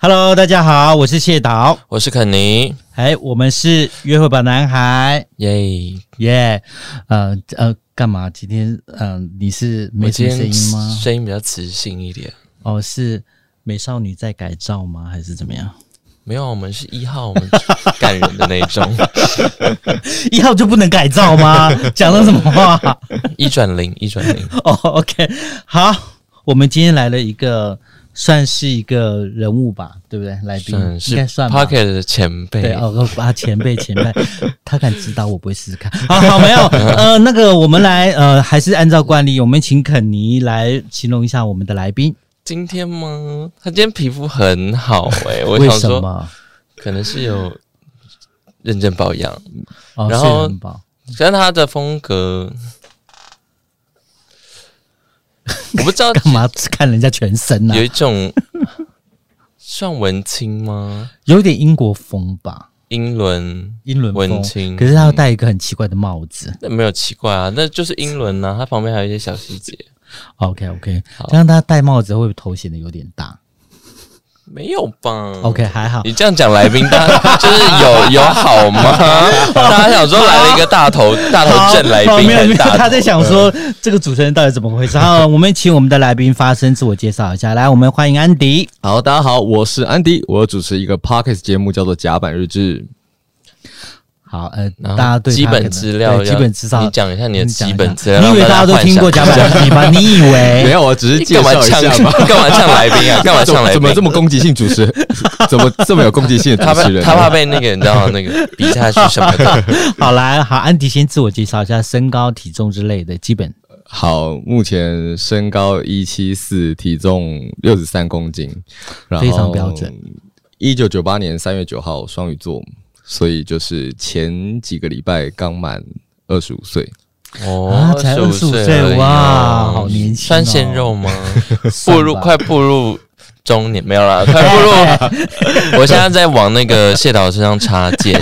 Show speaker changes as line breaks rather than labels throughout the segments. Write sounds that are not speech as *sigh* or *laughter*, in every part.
Hello，大家好，我是谢导。
我是肯尼，
哎，我们是约会吧男孩，
耶、
耶、呃呃，干嘛？今天嗯、呃你是
我
没什
今
么
天
声音吗？
声音比较磁性一点。
哦，是美少女在改造吗？还是怎么样？
没有，我们是一号，我们感人的那一
*laughs*
种，
一号就不能改造
*laughs*
吗？讲了什么话？ *laughs*
一转零，一转零。
哦，OK、o k 好，我们今天来了一个，算是一个人物吧，对不对？来宾
算
应
是
该算
p
吧
o c。k e t 的前
对
辈，
哦，啊，前辈前辈，他敢指导我，不会试试看。好好，没有，呃，那个我们来，呃，还是按照惯例，我们请肯尼来形容一下我们的来宾，
今天吗？他今天皮肤很好哎、我
为
想
什
说
么？
可能是有认真保养，
哦，
然
睡
后
得很饱。
但他的风
*laughs*
格，我不知道
干嘛看人家全身呢、啊
有？一种算文青吗？
有点英国风吧，
英伦
英伦风
文。青，嗯
可是他要戴一个很奇怪的帽子。
那没有奇怪啊，那就是英伦呐、它旁边还有一些小细节。
OK OK，这样他戴帽子会不会头显得有点大、
没有吧
o k 还
*laughs*
好。
你这样讲来宾，大家 *laughs* 就是有有好
*laughs*
吗？大家想说来了一个大头大头阵来
好
宾，
没有
还
没
是
有，
大头
他在想
嗯
说这个主持人到底怎么回事。好，我们请我们的来宾发声自我介绍一下。来，我们欢迎安迪。
好，大家好，我是安迪，我要主持一个 podcast 节目，叫做《甲板日志》。
好，呃，
然后
大家对他
基
可
本
能
资料要，
对基本资
你
料，
讲一下你的基
讲
本
一下
资料。
你以为
让
大家都听过甲板日记吗？你以
没
*laughs*
为？
有，我啊只是
哎你
介
干嘛
绍一
呛
下嘛。
干嘛呛 *laughs* 来
*laughs*
宾啊？干嘛
怎
呛来宾？
么怎么这么攻击性主持？ *laughs* 怎么这么有攻击性的
他
主
怕
持人？
他怕被那个你知道吗那个比下去什么的。
好来，好，安迪先自我介绍一下身高、体重之类的基本。
好，目前身高一七四，体重六十三公斤，然后
非常标准。
一九九八年三月九号，双鱼座，所以就是前几个礼拜刚满二十五岁。
哦，
*laughs* 啊才
25
25岁
而已哦
哇好年轻哦
算鲜肉吗？步
算
入
吧
快步入中年没有啦， *laughs* 快步入。
*laughs*
我现在在往那个谢导身上插剑，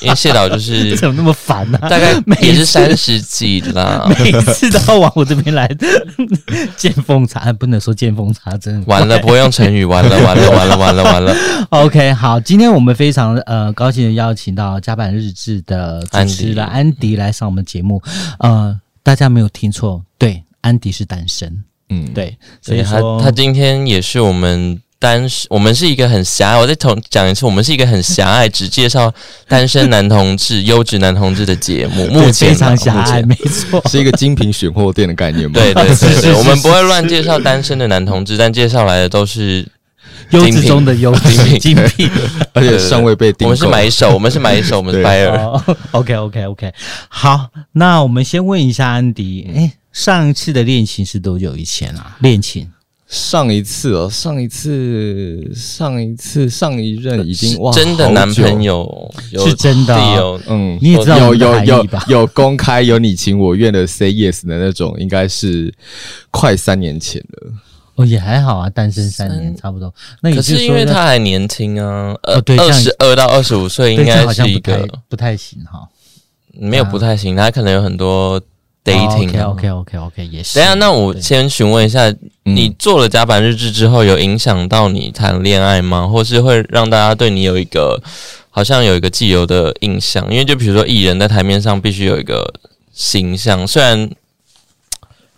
因为谢导就是
怎么那么烦呢、
*laughs* 大概
每
也是
次
三十几啦。
每次都要往我这边来 *laughs* 见缝插，哎不能说见缝插针。
完了，不会用成语，完了，完了，完了，完了，完了。
OK，好，今天我们非常呃高兴的邀请到甲板日志的主持人安迪来上我们节目。呃，大家没有听错，对，安迪是单身，
嗯，
对， *laughs* 所
所
以
以他
说
他今天也是我们单身，我们是一个很狭隘。我再重讲一次，我们是一个很狭隘，只介绍单身男同志、优质男同志的节目。
对
目
非
前啊
常狭
目前
隘，没错。
是一个精品选货店的概念吗？
对对
是 *laughs* 是
对
是
对，我们
是
不会乱介绍单身的男同志，但介绍来的都是
*laughs* 优
精
质
品
中的优质精品。
而且尚未被订
我们
购。
是买手，我们是买手，我们是 buyer。
哦，OK OK OK，好，那我们先问一下安迪，哎、上一次的恋情是多久以前啊？恋情
上一次哦，上一次，上一次，上一任已经哇，
真的
好久
男朋，友有
是真的
弟
哦
有
嗯，
你也知道我
有
们的
有
含义
有
吧
有公开有你情我愿的 say yes 的那种，应该是快三年前了。
哦，也还好啊，单身三年差不多。那也
可
就是说
因为
那
他还年轻啊，呃
哦对，这
二
样
十二到二十五岁应
对这样
该
好
是
像
一
不太啊
个
不太行哈。
没有不太行，他可能有很
哦
多 dating 啊。
OK OK OK OK 哦也是。
等一下，那我先询问一下，
嗯
你做了甲板日志之后，有影响到你谈恋爱吗？或是会让大家对你有一个好像有一个既有的印象？因为就比如说艺人在台面上必须有一个形象，虽然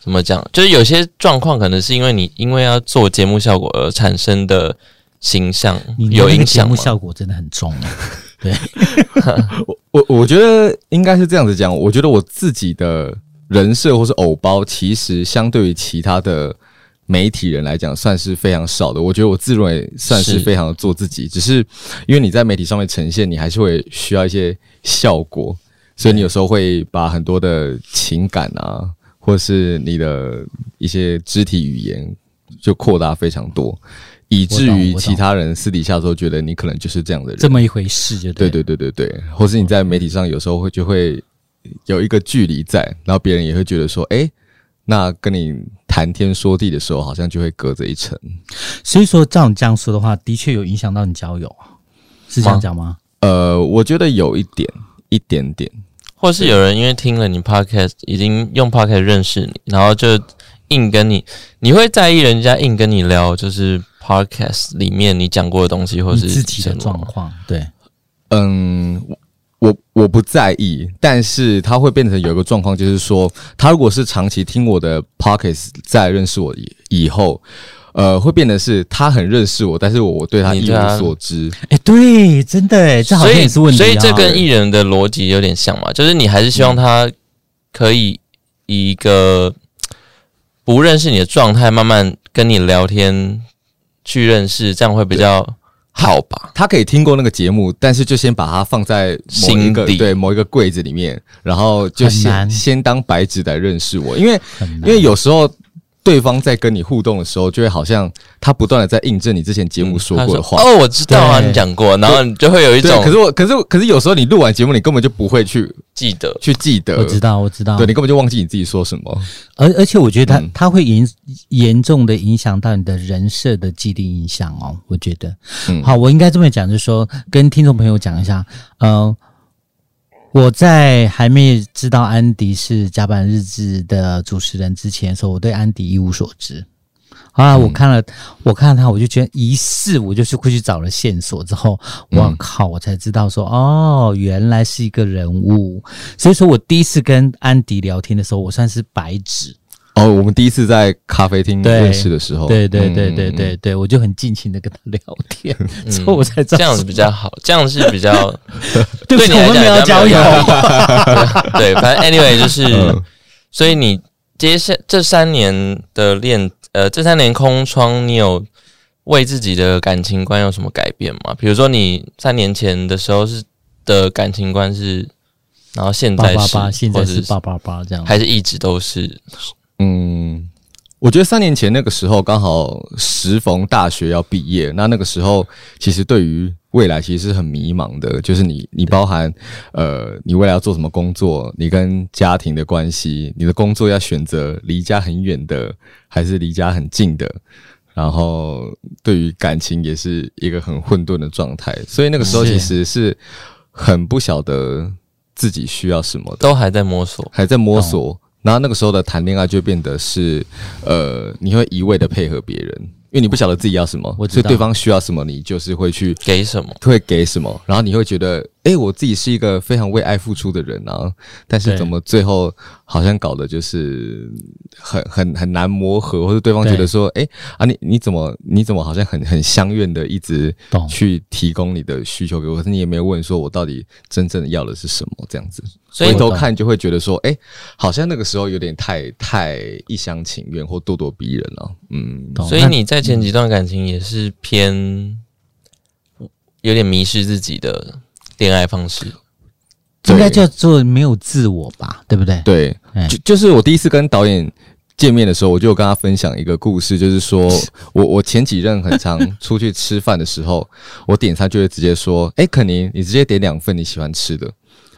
怎么讲，就是有些状况可能是因为你因为要做节目效果而产生的形象
你的
有
那个
影
节
响
目
吗？
效果真的很重啊。
我我觉得应该是这样子讲，我觉得我自己的人设或是偶包，其实相对于其他的媒体人来讲，算是非常少的。我觉得我自认为算是
是
非常的做自己，只是因为你在媒体上面呈现，你还是会需要一些效果，所以你有时候会把很多的情感
嗯
啊，或是你的一些肢体语言，就扩大非常多，以至
我懂我
于
懂
其他人私底下都觉得你可能就是这样的人。
这么一回事就
对
对
对对对对，或是你在媒体上有时候会就会有一个距离在，然后别人也会觉得说，哎、那跟你谈天说地的时候，好像就会隔着一层。
了。所以说，照你这样说的话，的确有影响到你交友啊，是这样
吗
讲吗？
呃，我觉得有一点，一点点，
或是有人因为听了你 podcast，已经用 podcast 认识你，然后就硬跟你，你会在意人家硬跟你聊就是 podcast 里面你讲过的东西，或
你
是
自己的
什么
状况，对，
嗯，我我不在意，但是他会变成有一个状况，就是说，他如果是长期听我的 pockets 再认识我以以后，呃，会变得是他很认识我，但是我对他
你
一
对他
无所知。
哎，对，真的，哎，这好
所
像
以
也是问题啊。嗯
所以这跟艺人的逻辑有点像嘛，就是你还是希望他可以以一个不认识你的状态，慢慢跟你聊天，去认识，这样会比较好吧？
他可以听过那个节目，但是就先把它放在某一个
心底
对某一个柜子里面，然后就
很难
先先当白纸来认识我，因为
很难
因为有时候对方在跟你互动的时候，就会好像他不断的在印证你之前节目说
他
嗯
说
过的话。
哦，我知道啊，
对
你讲过，然后你就会有一
对，
种
可是我，可是我可是有时候你录完节目，你根本就不会去
记得，
去记得，
我知道，我知道
对，你根本就忘记你自己说什么。
而而且我觉得它
嗯
它会严严重的影响到你的人设的既定印象哦，我觉得。
嗯
好，我应该这么讲，就是说跟听众朋友讲一下，呃，我在还没知道安迪是《甲板日志》的主持人之前，说我对安迪一无所知。啊！
嗯
我看了，我看了他，我就觉得疑似，我就是会去找了线索之后，
嗯
我靠，我才知道说，哦，原来是一个人物。所以说我第一次跟安迪聊天的时候，我算是白纸，
哦，我们第一次在咖啡厅
对
认识的
哦
时候，
对对对
嗯
对对对，我就很尽情的跟他聊
*laughs*
天，所以我才知道
这样子比较好，这样是比较
*laughs* 对不起，
对你
我们
来讲
没有
比较
交
没有
友，
对，反正 anyway 就是，所以你接下这三年的练，呃，这三年空窗，你有为自己的感情观有什么改变吗？比如说你三年前的时候是的感情观是，然后现
八
在
八 *laughs*
是，
八，现
或
在
者
是八八八这样。
还是一直都是，
嗯，我觉得三年前那个时候刚好时逢大学要毕业，那那个时候其实对于未来其实是很迷茫的，就是你你包含呃你未来要做什么工作，你跟家庭的关系，你的工作要选择离家很远的还是离家很近的。然后对于感情也是一个很混沌的状态，所以那个时候
是
其实是很不晓得自己需要什么的。
都还在摸索。
还在摸
哦
索。然后那个时候的谈恋爱就变得是，呃，你会一味的配合别人，因为你不晓得自己要什么，
我知
所
道
以对方需要什么，你就是会去
给什么？
会给什么，然后你会觉得，诶，我自己是一个非常为爱付出的人啊，但是
对
怎么最后好像搞的就是很很很难磨合，或者对方觉
对
得说，诶，啊你你怎么你怎么好像很很相愿的一直
懂
去提供你的需求给我，可是你也没有问说我到底真正的要的是什么这样子，
所以
回头看就会觉得说，诶，好像那个时候有点太太一厢情愿或咄咄逼人了、嗯，
懂
所以
那
你在前几段感情也是偏有点迷失自己的恋爱方式。
应该
对
叫做没有自我吧，对不对？
对，
哎
就就是我第一次跟导演见面的时候，我就有跟他分享一个故事，就
*laughs*
是说我我前几任很常出去吃饭的时候，我点餐就会直接说：“哎、肯尼，你直接点两份你喜欢吃的。”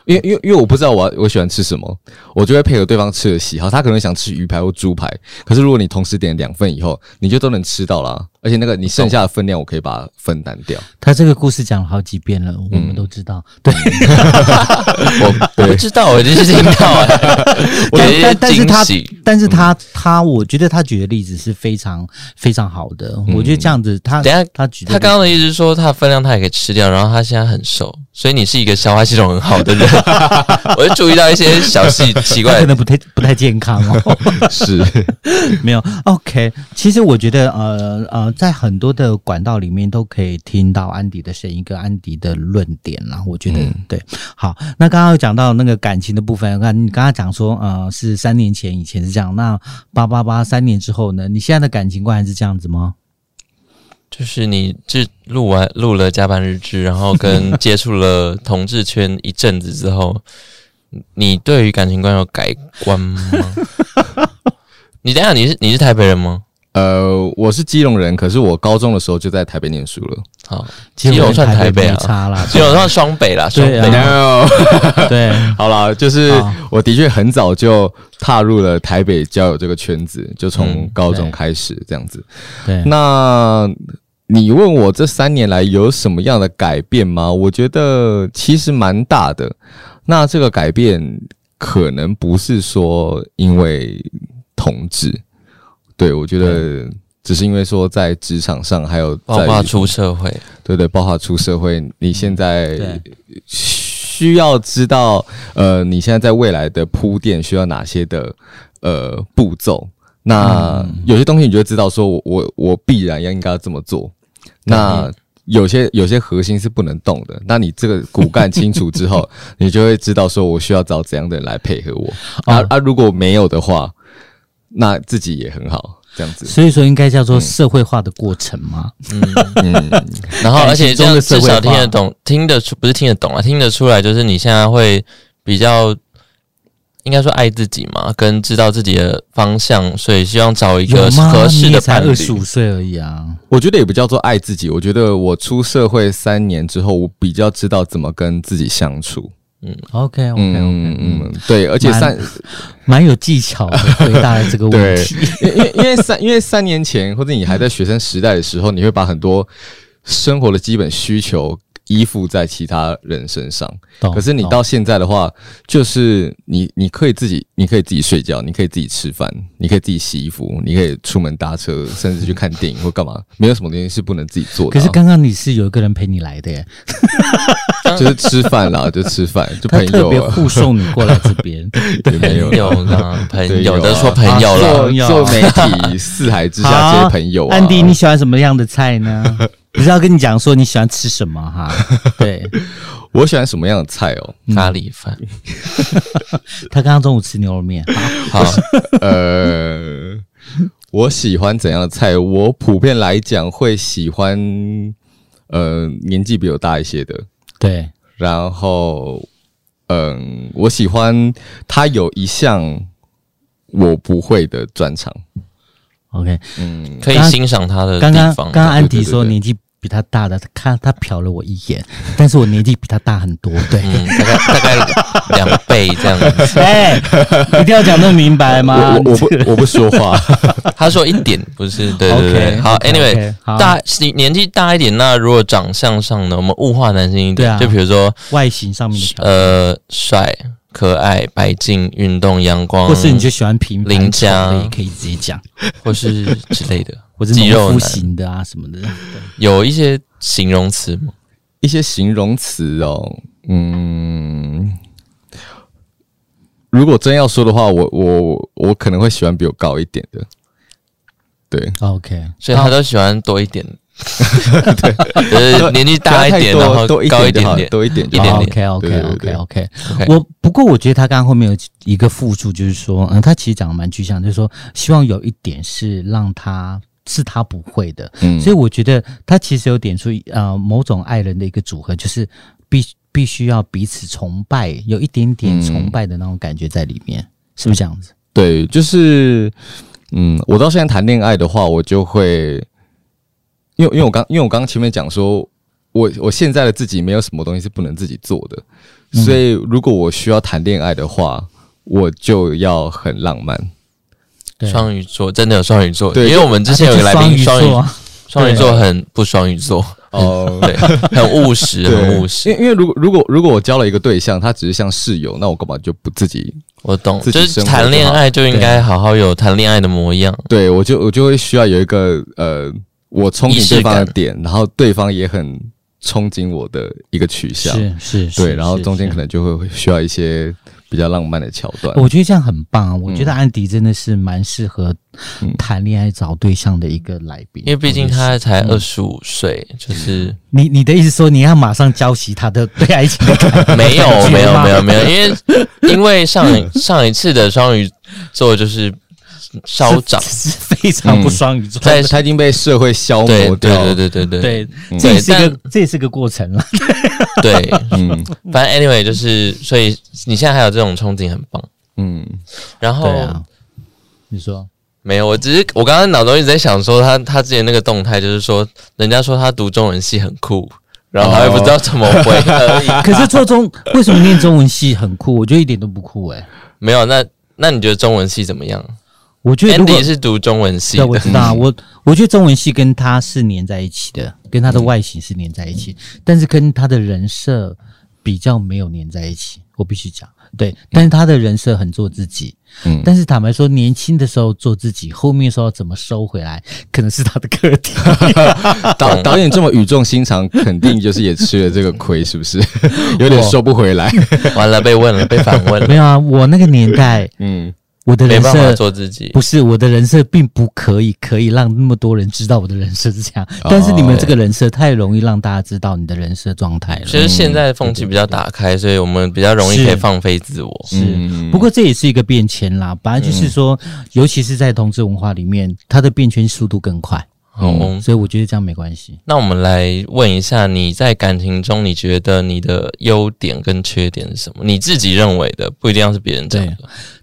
因为因为因为我不知道我要我喜欢吃什么，我就会配合对方吃的喜好。他可能想吃鱼排或猪排，可是如果你同时点两份以后，你就都能吃到啦。而且那个你剩下的分量，我可以把它分担掉。
他这个故事讲了好几遍了，我
嗯
们都知道。对，
哦
我我不知道，我就是听到、欸， *laughs*
*laughs*
我有一些
但但是
惊
他
喜。嗯
但是他他，我觉得他举的例子是非常非常好的。我觉得这样子，他
嗯等一下
他举的
他刚刚的意思是说，他的分量他也可以吃掉，然后他现在很瘦，所以你是一个消化系统很好
*laughs*
的人。我就注意到一些小细奇
他 *laughs*
怪
可
的，
能不太不太健康哦，
是，
*laughs* 没有 OK。其实我觉得呃呃，在很多的管道里面都可以听到安迪的声音跟安迪的论点啦。我觉得、
嗯
对。好，那刚刚有讲到那个感情的部分，看你刚刚讲说呃是三年前以前是这样，那八八八三年之后呢？你现在的感情观还是这样子吗？
就是你制录完录了加班日志，然后跟接触了同志圈一阵子之后，你对于感情观有改
*laughs*
观吗？你等一下你是你是台北人吗？
呃，我是基隆人，可是我高中的时候就在台北念书了。
*laughs*
好，
其实
基
我
隆
跟
算台
北
北
没
啊
差
*laughs*
啦，
基本上双北啦，双
对
北。
啊
No，
对。
好啦，就是
好
我的确很早就踏入了台北交友这个圈子，就从
嗯
高
对
中开始这样子。
对，
那你问我这三年来有什么样的改变吗？我觉得其实蛮大的。那这个改变可能不是说因为同志，对我觉得哦只是因为说在职场上还有
包
在
括
于
出社会，
对对，包括出社会，你现在
对
需要知道，呃，你现在在未来的铺垫需要哪些的呃步骤？那有些东西你就会知道，说我我我必然要应该要这么做。那有些有些核心是不能动的，那你这个骨干清楚之后，你就会知道说我需要找怎样的人来配合我。啊
哦
啊，如果没有的话，那自己也很好，这样子。
所以说应该叫
嗯
做社会化的过程嘛。
嗯
然后
感
而且
情
这
中
样
的社
至
会
少听
化
得懂，听得出不是听得懂啊，听得出来就是你现在会比较。应该说爱自己嘛，跟知道自己的方向，所以希望找一
有
个
吗？
合适
你
的
也才
伴
二十
侣
五。岁而已啊。
我觉得也不叫做爱自己，我觉得我出社会三年之后，我比较知道怎么跟自己相处。
OK OK
嗯
OK，
嗯嗯，对，而且
蛮
三
蛮有技巧的回答了这个问
对
题。，
因为因为三因为三年前或者你还在学生时代的时候，你会把很多生活的基本需求依附在其他人身上。
懂
可是你
懂
到现在的话，就是你你可以自己，你可以自己睡觉，你可以自己吃饭，你可以自己洗衣服，你可以出门搭车，甚至去看电影或干嘛，没有什么东西是不能自己做的
可
啊、
是刚刚你是有一个人陪你来的耶，
*laughs*
就是吃饭啦，就吃饭，就
他
朋
特
友
别
啊
护送你过来这
*laughs*
边。
也没有
朋友啦，朋
对
友
有
的
啊
说朋友
啊
啦，
朋友
做做媒体四海之下皆朋友啊。
安迪，你喜欢什么样的菜呢？
*laughs*
你是要跟你讲说你喜欢吃什么哈？对
我喜欢什么样的菜哦？
咖喱饭。
嗯他刚刚中午吃牛肉面，
好，
呃， *laughs* 我喜欢怎样的菜？我普遍来讲会喜欢，呃，年纪比我大一些的，
对，
然后，嗯、我喜欢他有一项我不会的专长。
OK。
嗯，
可以
刚
欣赏他的
刚刚
地方
刚。刚安迪
对对
说
对
年纪比他大的，他看他瞟了我一眼，但是我年纪比他大很多，对。
*laughs*
嗯，大概大概两两倍这样子。
哎、一定要讲那么明白吗？
我我我不我不说话。
他说一点不是，对对
OK，
对对。好
OK，
，anyway，
OK，好
大你年纪大一点，那如果长相上呢，我们物化男性一
对
点，
啊
就比如说
外形上面的条件，
呃帅、可爱、白净、运动、阳
嗯
光，
或是你就喜欢平
邻
凡丑
家
的，也可以直接讲，
或是
*laughs*
之类的，
或是
肌
农
肉
夫
男，
型的啊什么的。
有一些形容词吗？
一些形容词哦，嗯，如果真要说的话，我我我可能会喜欢比我高一点的，对，
OK，
所以他都喜欢多一
*laughs*
点。对，就是年纪大一点，
不
然
要太
后
多多一
高一
点就好
点点，
了多一点就
一点
好了
点
OK OK
对
OK
对
OK，
OK
哦我不过我觉得他刚刚后面有一个附注，就是说，嗯，他其实讲的蛮具象，就是说希望有一点是让他是他不会的，
嗯
所以我觉得他其实有点出呃某种爱人的一个组合，就是必必须要彼此崇拜，有一点点
嗯
崇拜的那种感觉在里面，是不是这样子？
对，就是嗯，我到现在谈恋爱的话，我就会，因为因为我刚因为我刚刚前面讲说，我我现在的自己没有什么东西是不能自己做的，
嗯
所以如果我需要谈恋爱的话，我就要很浪漫。
对，
双鱼座真的有双鱼座，
对
因为我们之前有个来宾
双
双
鱼座
鱼
啊，
双鱼座很不双鱼
*laughs*
座，
哦，
对，很务实，
对，
很务
因
实。
为因为如果如果如果我交了一个对象，他只是像室友，那我干嘛就不自己？
我懂，
自己
就是
生活
谈
就
恋
好
爱就应
对
该好好有谈恋爱的模样，
对我就我就会需要有一个呃，我憧
仪
憬
式
对方的
感
点，然后对方也很憧憬我的一个取向，
是是，是
啊对，然后
是
中间
是
可能呃就会会需要一些比较浪漫的桥段。
我觉得这样很棒啊！我觉得
嗯
安迪真的是蛮适合谈恋爱找对象的一个来宾，
因为毕竟
我觉得是
他
嗯
才二十五岁，就是
你你的意思说你要马上教习他的 *laughs* 对爱情的感 *laughs* 觉
没有
吗
没有没有没有，因为因为上
*laughs*
一上一次的双鱼座就是稍长，
是是非常不双鱼座
在
的。
他已经被社会消
对
磨
对
掉，
对对对对
对，
嗯
这也是一
对
个这也是个过程啊了。 *laughs*
对，
嗯
反正 anyway 就是，所以你现在还有这种憧憬很棒。
嗯，
对
然后
啊，你说
没有，我只是我刚刚脑中一直在想说他他之前那个动态，就是说人家说他读中文系很酷，然后他也不知
哦
道怎么回而已。
可是做中为什么念中文系很酷？我觉得一点都不酷哎。
没有，那那你觉得中文系怎么
*laughs*
样
我觉得如果
？Andy 是读中文系
对，我
的，
知道
*laughs*
啊，我我觉得中文系跟他是连在一起的，跟
嗯
他的外形是连在一起，但是跟他的人设比较没有连在一起。我必须讲，
嗯
对，但是他的人设很做自己，
嗯，
但是坦白说，年轻的时候做自己，后面的时候怎么收回来，可能是他的课
*laughs*
题。
导导演这么语重心长，肯定就是也吃了这个亏，是不 *laughs* 是？有点收不回来。
完了，被问了，被反
*laughs*
问
没
了，
有啊，我那个年代，
嗯，
我的
没
人
办法
设
做自己
不。是我的人设，并不可以可以让那么多人知道我的人设是这样。
哦
但是你们这个人设太容易让大家知道你的人设状态了。
其实现在的风气比较打开，所以我们比较容易
是
可以放飞自我。
是，
嗯
不过这也是一个变迁啦。本来就是说，
嗯
尤其是在同志文化里面，它的变迁速度更快，
哦，
所以我觉得这样没关系。
那我们来问一下，你在感情中，你觉得你的优点跟缺点是什么？你自己认为的，不一定要是别人讲的。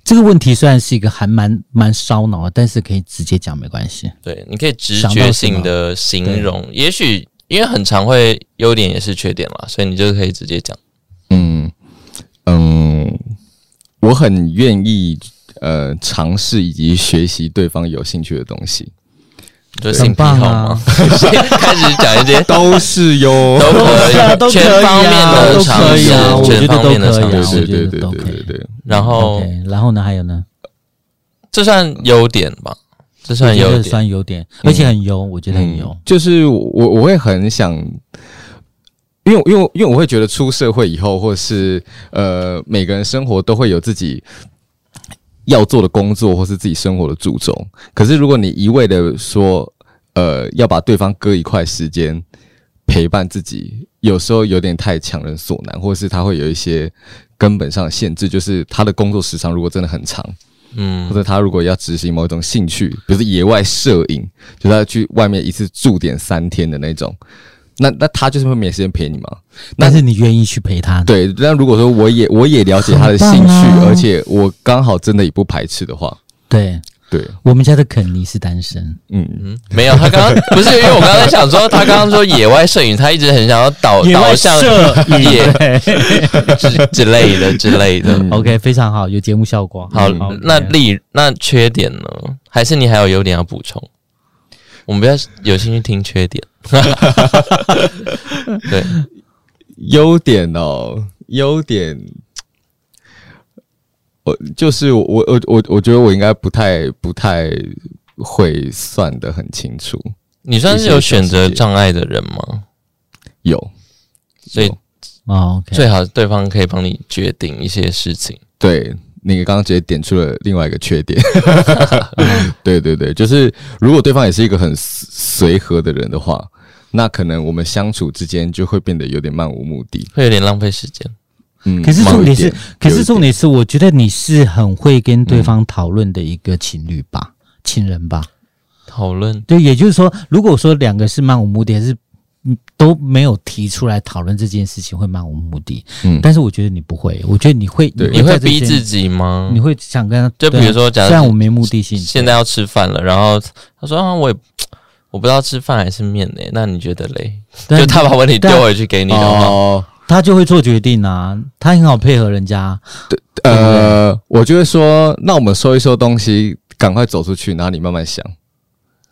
这个问题虽然是一个还蛮蛮烧脑的，但是可以直接讲没关系。
对，你可以直觉性的形容，也许因为很常会优点也是缺点嘛，所以你就可以直接讲。
嗯嗯，我很愿意呃尝试以及学习对方有兴趣的东西，
就是性癖
很
好
棒啊？
吗 *laughs* 开始讲一些
都是
都
哟。
可以，
都可以啊
全方面的
都
尝
可
试
以啊，我觉
全
得
方
都
面的
可以
尝
啊，
试。
我觉
对对
得
对
都
对
可
对
以。
对，
然后
OK，然后呢？还有呢？
这算优点吧？这算
我觉
优
得
点。嗯
算优点，而且很优，我觉得很优。
嗯就是我我会很想，因为因为因为我会觉得出社会以后，或是呃每个人生活都会有自己要做的工作，或是自己生活的注重。可是如果你一味的说，呃，要把对方割一块时间陪伴自己，有时候有点太强人所难，或是他会有一些根本上的限制，就是他的工作时长如果真的很长，或
嗯，
者他如果要执行某一种兴趣，比如说野外摄影，就是他去外面一次驻点三天的那种，那那他就是会没时间陪你嘛。那
但是你愿意去陪他，
对，那如果说我也我也了解他的兴
很
趣，
棒啊
而且我刚好真的也不排斥的话，
对，
对，
我们家的肯尼是单身，
嗯，
嗯没有，他刚刚不是因为我刚刚在想说，他刚刚说野外摄影，他一直很想要导导向野之之类的之类的。
OK，非常好，有节目效果。
嗯好，
嗯 OK
那例那缺点呢？还是你还有优点要补充？我们不要有兴趣听缺点。 *laughs* 对，
优点哦，优点，我就是我我我我我觉得我应该不太不太会算得很清楚，
你算是有选择障碍的人吗？
有，
所以
有
哦，OK，
最好对方可以帮你决定一些事情。
对，你刚刚直接点出了另外一个缺点。 *laughs* 对对对，就是如果对方也是一个很随和的人的话，那可能我们相处之间就会变得有点漫无目的。
会有点浪费时间，
嗯，
可是重点
有
是
一点，
可是重点是，我觉得你是很会跟
嗯
对方讨论的一个情侣吧，情人吧。
讨论
对，也就是说，如果说两个是漫无目的，还是嗯都没有提出来讨论这件事情，会漫无目的。
嗯
但是我觉得你不会，我觉得你会，
对
你会
在这
逼
些
自，己吗？
你会想跟他，
就比
对
如
啊
说，假
虽然我
如
没目的性，
现在要吃饭了，然后他说啊，我也我不知道吃饭还是面呢、那你觉得嘞？
但
*laughs* 就他把问题
对
丢
啊
回去给你的话，
哦，
他就会做决定啊，他很好配合人家。
呃，我就会说，那我们收一收东西，赶快走出去，然后你慢慢想。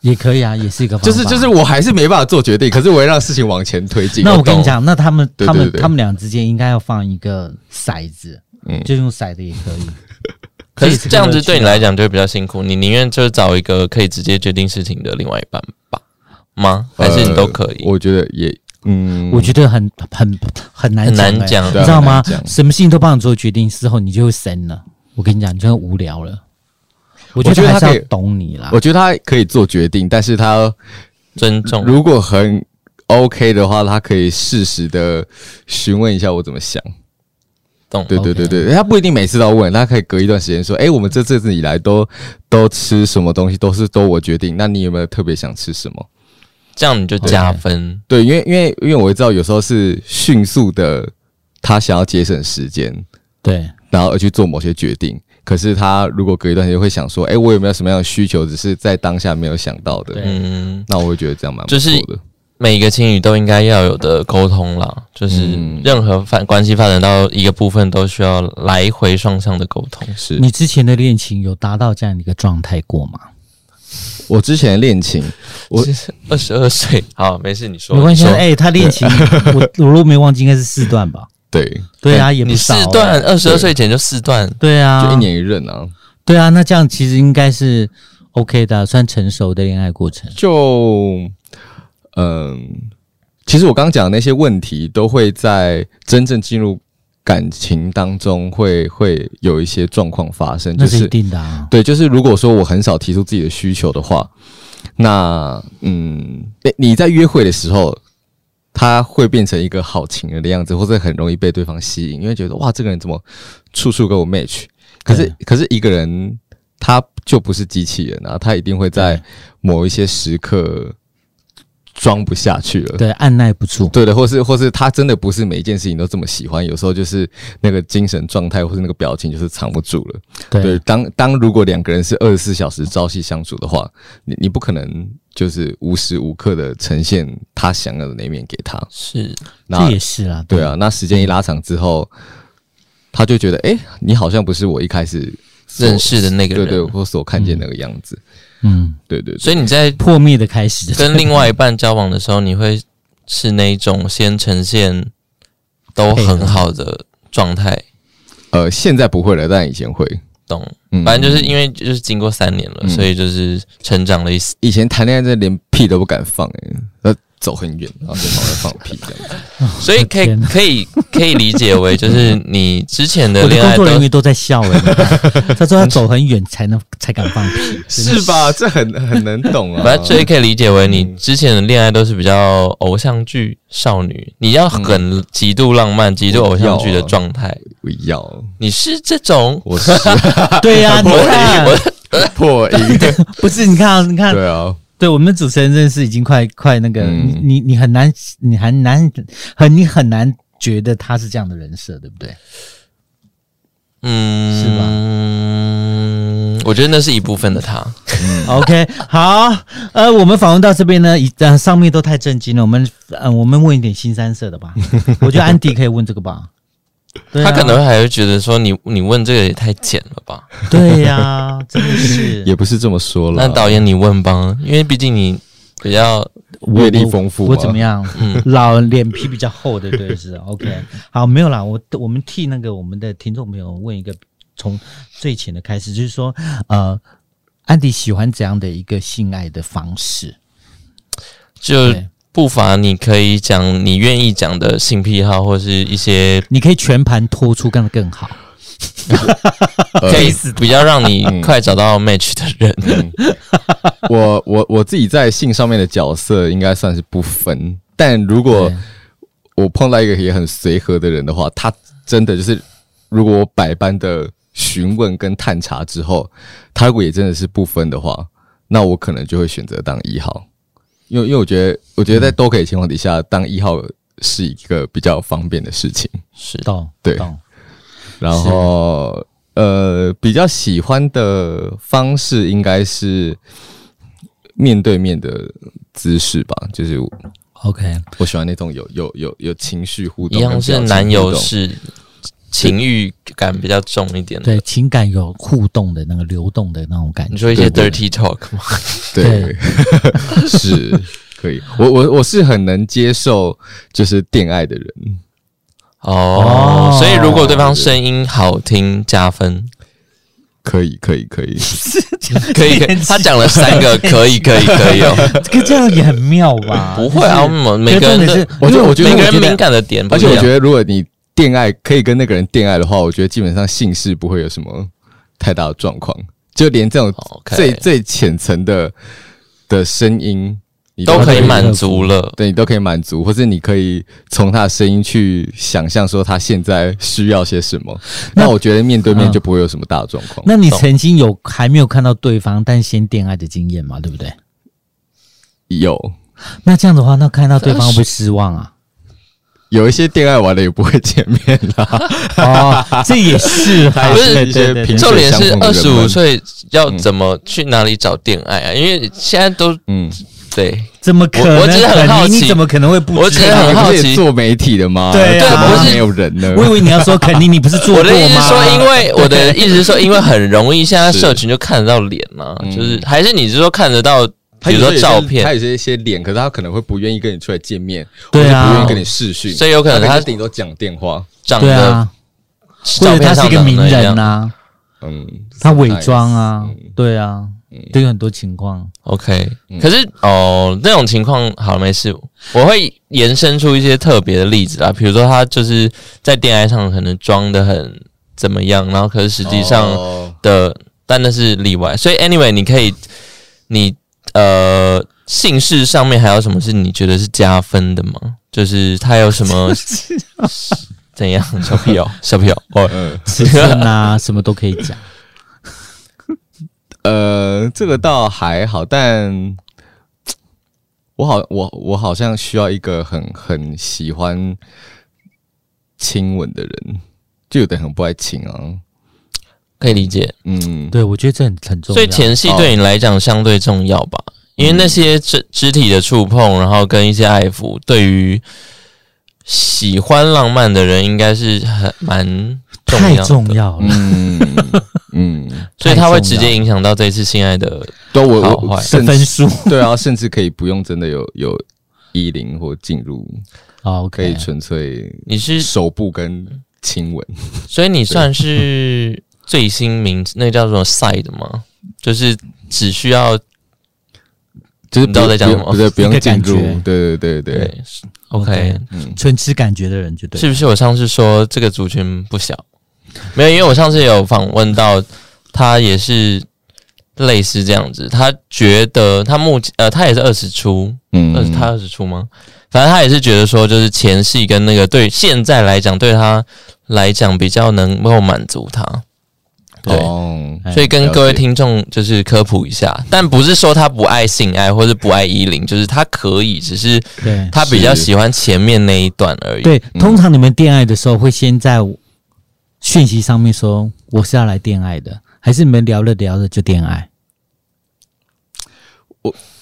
也可以啊，也是一个方法。
就是就是，我还是没办法做决定，可是我会让事情往前推进。
那我跟你
懂，
讲，那他们
对
他们
对对
他们俩之间应该要放一个骰子，
嗯
就用骰子也可以。
可是这样子
也是个乐趣啊
对你来讲就会比较辛苦，你宁愿就是找一个可以直接决定事情的另外一半吧？吗？还是你都可以？
我觉得也，嗯，
我觉得很很很难
很
讲
难
欸
讲
你
对啊
知道
很难
吗？
讲
什么事情都帮你做决定之后，你就会神了。我跟你讲，你就会无聊了。我觉
我觉
得
得
还
他
是
可
要
以
懂你啦
我。觉得他可以做决定，但是他
尊重。
如果很 OK 的话，他可以适时的询问一下我怎么想。
懂
对对对对，他不一定每次都要问，他可以隔一段时间说：“哎、我们这阵子以来都都吃什么东西，都是都我决定。那你有没有特别想吃什么
这样你就加分？”。
对，因为因为因为我会知道有时候是迅速的，他想要节省时间，
对
然后而去做某些决定。可是他如果隔一段时间会想说：“哎、我有没有什么样的需求，只是在当下没有想到的
对？”
嗯，
那我会觉得这样蛮不
就
错
是
的。
每一个情侣都应该要有的沟通啦，就是
嗯
任何发关系发展到一个部分，都需要来回双向的沟通。
是
你之前的恋情有达到这样的一个状态过吗？
我之前的恋情，我
二 *laughs* 十二岁，好，没事，你说，
没关系啊，
你说
哎、他恋情我我如果没忘记，应该是四段吧？
*laughs* 对，
对啊，也不
你四
少、欸。
段，二十二岁前就四段，
对啊，
就一年一任啊。
对啊，那这样其实应该是 OK 的啊，算成熟的恋爱过程。
就嗯，其实我刚刚讲的那些问题，都会在真正进入感情当中会会有一些状况发生，
那
就是
一
是
定的啊，
对，就是如果说我很少提出自己的需求的话，那嗯，诶你在约会的时候。他会变成一个好情人的样子，或者很容易被对方吸引，因为觉得哇，这个人怎么处处跟我 match？可是，可是一个人他就不是机器人啊，他一定会在某一些时刻装不下去了。
对，按耐不住，
对的，或是或是他真的不是每一件事情都这么喜欢，有时候就是那个精神状态或是那个表情就是藏不住了。
对，
对，当当如果两个人是二十四小时朝夕相处的话，你你不可能就是无时无刻的呈现他想要的那一面给他。
是
那
这也是啦，
对啊，那时间一拉长之后，他就觉得诶，你好像不是我一开始所
认识的那个
对
人。
对，或所看见那个样子。
嗯，
对对对
所以你在
破灭的开始，
跟另外一半交往的时候，你会是那一种先呈现都很好的状态，
呃，现在不会了，但以前会。
懂？
嗯
反正就是因为就是经过三年了，
嗯
所以就是成长了一丝。
以前谈恋爱真的连屁都不敢放、欸，呃，走很远，然后就跑来放屁这样子。
所以可以
天哪
可以可以理解为，就是你之前的
我的
恋
工
爱
作人
都
员都在笑
*laughs*
哎、他说他走很远才能才敢放
*laughs*
屁，
是吧？ *laughs* 这很很能懂啊。
反
哦
正所以可以理解为
嗯
你之前的恋爱都是比较偶像剧少女，你
嗯
要很极度浪漫、极度偶像剧
啊
的状态。
不要，
你是这种，
我是
对呀、你看
我
破音。
*laughs* 不是你看啊你看，
对啊，
对我们主持人认识已经快快那个，
嗯
你你你很难，你很难很你很难觉得他是这样的人设，对不对？
嗯，
是吧
吧？我觉得那是一部分的他。嗯
OK，好，呃，我们访问到这边呢，已呃上面都太震惊了，我们嗯、呃我们问一点新三色的
*laughs*
吧，我觉得安迪可以问这个吧，对啊
他可能还会觉得说你你问这个也太简了吧？
对呀、真的
也
*laughs*
是
不是这么说了。
那导演你问吧，因为毕竟你比较
我
阅历丰富
我，我
吗嗯
怎么
*laughs*
样？老脸皮比较厚的，对是 OK，好，没有啦，我我们替那个我们的听众朋友问一个从最浅的开始，就是说呃，安迪喜欢怎样的一个性爱的方式？
就
对
不乏你可以讲你愿意讲的性癖好，或是一些
你可以全盘托出，干得更好。
呃
可以比较让你
嗯
快找到 match 的人。 *laughs*
我我我自己在性上面的角色应该算是不分，但如果
对
我碰到一个也很随和的人的话，他真的就是，如果我百般的询问跟探查之后，他如果也真的是不分的话，那我可能就会选择当一号，因为因为我觉得，我
嗯
觉得在都可以情况底下，当一号是一个比较方便的事情。
是
懂，
对
懂，
然后呃，比较喜欢的方式应该是面对面的姿势吧，就是我
OK，
我喜欢那种有有有有情绪互
一
动，
样是男友。是情欲感比较重一点的。
对，情感有互动的那个流动的那种感
你
觉。
说一些
对
dirty talk 吗？
对， *laughs* 是可以。我我我是很能接受就是恋爱的人，
哦
哦，
所以如果对方声音好听加分， *laughs*
可以可以可以。
可以，可以他讲了三个，可以，可以，可以哦。
这个这样也很妙
*laughs*
吧？
*laughs* 不会啊，我们每
就是，重
个人
点
的
是，
我觉得我觉得
每个
我
人
觉得
敏感的点不
而
一
且
样，
我觉得如果你恋爱可以跟那个人恋爱的话，我觉得基本上性事不会有什么太大的状况，就连这种
OK
最最浅层的的声音，你
都可以
对
满足了。
对你都可以满足，或是你可以从他的声音去想象说他现在需要些什么。
那
那我觉得面对面
嗯
就不会有什么大的状况。
那你曾经有还没有看到对方，但先恋爱的经验嘛，对不对？
有
那这样的话，那看到对方会不会失望啊？
有一些恋爱完了也不会见面啦，
哦，这也是
*laughs*
哈，
还是
对
一些
对对
平
对
时
重点是
相
二
逢的
十
人
五
们
岁要怎么去哪里找恋爱啊？因为现在都
嗯，
对
怎么可
我
能？
我只是很好奇
肯尼你怎么可能会不
我只
知
是
道？
哎很好
你不是
奇
也做媒体的吗？
对啊
怎么
不
会
是
没有人呢？
我以为你要说肯尼，你不是做
我
过
的意思是
吗？
说，因
*laughs*
为我的意思是说，因为很容易现在社群就看得到脸嘛，
嗯
就是还是你是说看得到
他
比
有
如
时
说
候
照
有些
片
他有些一些脸，可是他可能会不愿意跟你出来见面，
对啊
或者不愿意跟你视讯，
所以有可能他
顶多讲电话。
长
对
得
啊，或
照
者
片
他
上
是一个
长
名
得一
人
样。
啊，
嗯，
他伪装啊
sometimes，嗯，
对啊，都有很多情
*laughs*
况。
OK，
嗯
可是哦，那种情况好没事，我会延伸出一些特别的例子啊，比如说他就是在恋爱上可能装的很怎么样，然后可是实际上
哦
的，但那是例外。所以 anyway，你可以你呃姓氏上面还有什么是你觉得是加分的吗？就是他有什
*laughs*
么
啊
怎样小屁友小屁友哦，
嗯
尺寸啊， *laughs* 什么都可以讲。
呃，这个倒还好，但我好我我好像需要一个很很喜欢亲吻的人，就有的人很不爱亲啊。
可以理解。
嗯，
对，我觉得这很很重要。
所以前戏对你来讲相对重要吧，因为那些肢肢体的触碰，然后跟一些爱抚，对于喜欢浪漫的人应该是很蛮重
太
要的，
重要了，
嗯嗯，
所以他
太
会
重
直
要
接影响到这一次性爱的。
对啊
好
我
坏
我
的
甚
分
至
数。
*laughs* 对啊，甚至可以不用真的有有衣领或进入，
好
可以
哦
啊
，OK，
纯粹
你是，
手部跟亲吻。
所以你算是最新名字，那个叫做 side 吗？就是只需要
就是
你知
不
道我在讲什
用
么
不对，不
一
用
个
进
感
入
觉，
对对对对，
对，OK，
嗯，
纯吃感觉的人就对
是。不是我上次说这个族群不小？没有，因为我上次有访问到他，也是类似这样子。他觉得他目前呃，他也是二十出，
嗯
二十他二十出吗？反正他也是觉得说，就是前戏跟那个对现在来讲，对他来讲比较能够满足他。对，
哦
哎
所以跟
了
各位
解
听众就是科普一下，但不是说他不爱性爱或是不爱衣领，就是他可以，只是嗯
对
他比较
是
喜欢前面那一段而已。
对，通常你们恋爱的时候会先在讯息上面说我是要来恋爱的，还是你们聊着聊着就恋爱？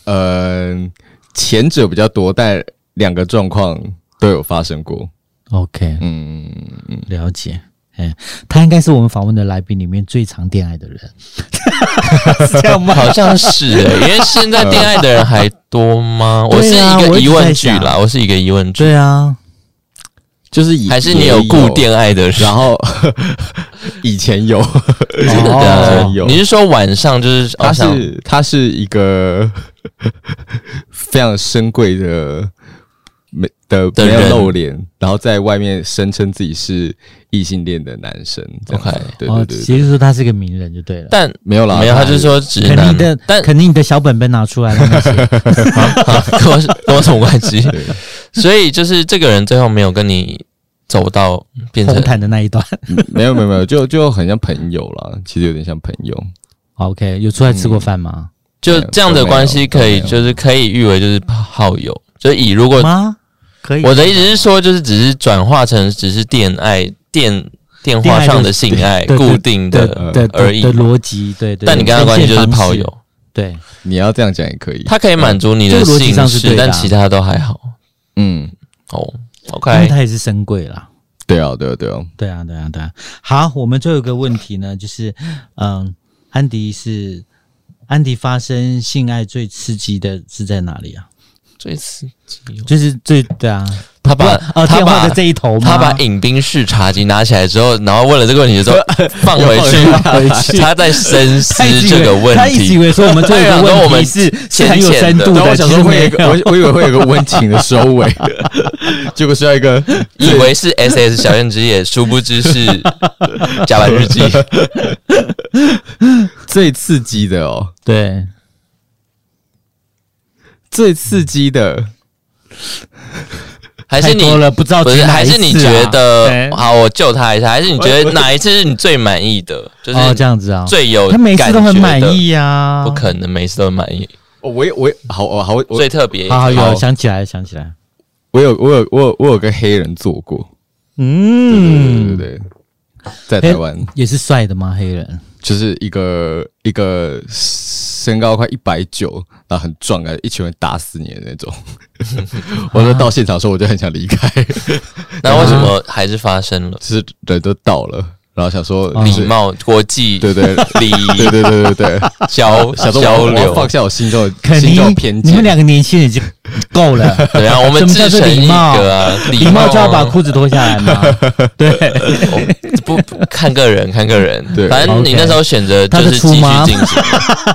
呃，前者比较多，但两个状况都有发生过。
OK，
嗯，
了解。哎，他应该是我们访问的来宾里面最常恋爱的人，是这样吗？
*laughs* 好像是、欸，因为现在恋爱的人还多吗？我是
对啊
一
我
个
一直
疑问
在
句
想
啦，我是一个疑问句，
对啊，
就是以
还是你
也
有
有
固，恋爱的人？
然后 *laughs* 以前有，
真
*laughs* 对
哦
啊
真有
你是说晚上就是
它
哦像
是它是一个非常珍贵的。没的
的
没
人
有露脸，然后在外面声称自己是异性恋的男生这样子
OK
对
哦，
对对对，
其实说他是个名人就对了。
但
没有啦，
没有，他就是说直
肯
男
定，的，
但
肯定的小本本拿出来让他写
啊跟我是跟我什么关系？
对
所以就是这个人最后没有跟你走到变成
红毯的那
*laughs*
一段。
没有没有没有，就就很像朋友啦，其实有点像朋友。
哦 OK，有出来吃过饭吗？
就这样的关系，可以
都没有
就是可以誉为就是好友，就以如果
吗？可以。
我的意思是说，就是只是转化成只是电爱电电话上的性爱
对对对
固定
的
的，呃
的
而已
的逻辑，对对。
但你跟他关系就是炮
呈现方式，
友，
对，
你要这样讲也可以。
他可以满足你的
这个逻辑
性
上是
事，
对的啊
但其他都还好。
嗯，
哦
因为
，OK，
他也是深贵啦。
对啊，对啊，对啊。
对啊，对啊，对啊。好，我们最后一个问题呢，就是，嗯，安迪是安迪发生性爱最刺激的是在哪里啊？
最刺激哦，
就是最对啊，
他把
呃
他
电话
把
的这一头吗，
他把饮冰式茶几拿起来之后，然后问了这个问题之后放回
回去
去，他在深思
他一直以为
这个问
他一直以
题。
为说我们最后一个
他以为我
问
们
题是是
浅
很有
浅
深
的
度
但
的，
我想
其
说
实
会有
没
一
哦
个，
有。
我我以为会有一个温情的收
*laughs*
尾，结果是要一个
以为是 S S 小燕之夜，殊不知是
*laughs*
甲板日记。
最刺激的哦，
对，
最刺激
嗯
的。
还是你
太多了不知道
不是？
听哪
还
一次啊
是你觉得
对
好？我救他一下。还是你觉得哪一次是你最满意的？就是
哦这样子啊，
最有
他每次都很满
感觉的
意啊，
不可能每次都满意，
哦，我也我也好，我好，我我
最特别。
好好有
好
想起来了，想起来了，
我有我有我有我有跟黑人做过，对对
嗯，
对对，在台湾
也是帅的吗？黑人
就是一个一个身高快一百九，然后很壮，感觉一拳会打死你的那
*laughs*
种。我
啊
说到现场的时候，我就很想离开，
嗯
那为什么还是发生了？
就是人都到了，然后想说
哦
礼貌、国际
对对
礼
对
仪
对对
*laughs*
对对，
交
*laughs* 想说我
交
我要
流
放。下我心中的
肯
心
定
中的偏
你
见
们。两个年轻人已经够
*laughs*
了，
对啊，我们
什么叫
自
做
成
礼
一
貌
个啊，
礼貌就要把裤子脱下来嘛。对，
我不不看个人，看个人。
对
反正你
OK
那时候选择就
他
是
是出
继续
吗
进行，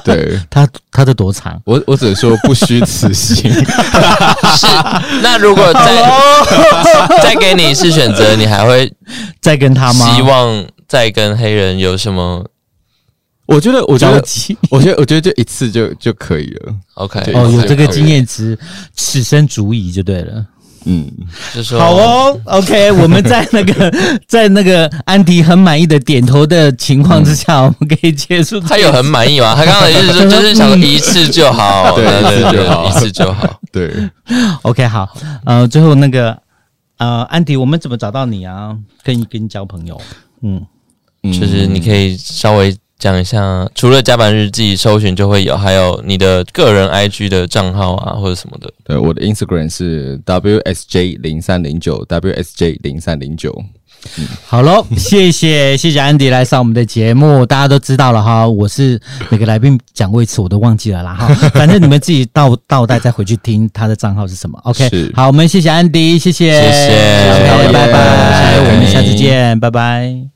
对
他他的多长？
我我只能说不虚
*laughs*
此行。
是。那如果再 *laughs* 再给你一次选择，你还会
再跟他哦吗？
希望再跟黑人有什么
我觉得，我觉
着
得，
急
我觉得，我觉得就一次就就可以了。
OK？
对
哦，
一次
有
就
这个
可以
经验值，此生足矣就对了。
嗯，
就说
好哦，OK，我 *laughs* 们在那个 *laughs* 在那个安迪很满意的点头的情况之
嗯
下，我们可以结束这个。
他有很满意吗？他刚刚的
*laughs*
意思是就是想说一次就好，
对一次就好
一次就好。
对，
OK 好，呃，最后那个呃，安迪，我们怎么找到你啊？跟你跟你交朋友？嗯，
嗯
就是你可以稍微讲一下，除了甲板日记搜寻就会有，还有你的个人 IG 的账号啊，或者什么的。
对我的 Instagram 是 WSJ 零三零九 WSJ 零三零九。
好 *laughs* 喽，谢谢谢谢安迪来上我们的节目，大家都知道了哈。我是每个来宾讲过一次，我都忘记了 *laughs* 啦哈。反正你们自己倒倒带再回去听他的账号是什么。OK，
是
好，我们谢谢安迪，谢谢，
谢谢
OK，
谢谢
拜拜，
谢谢
我们下次见，拜拜。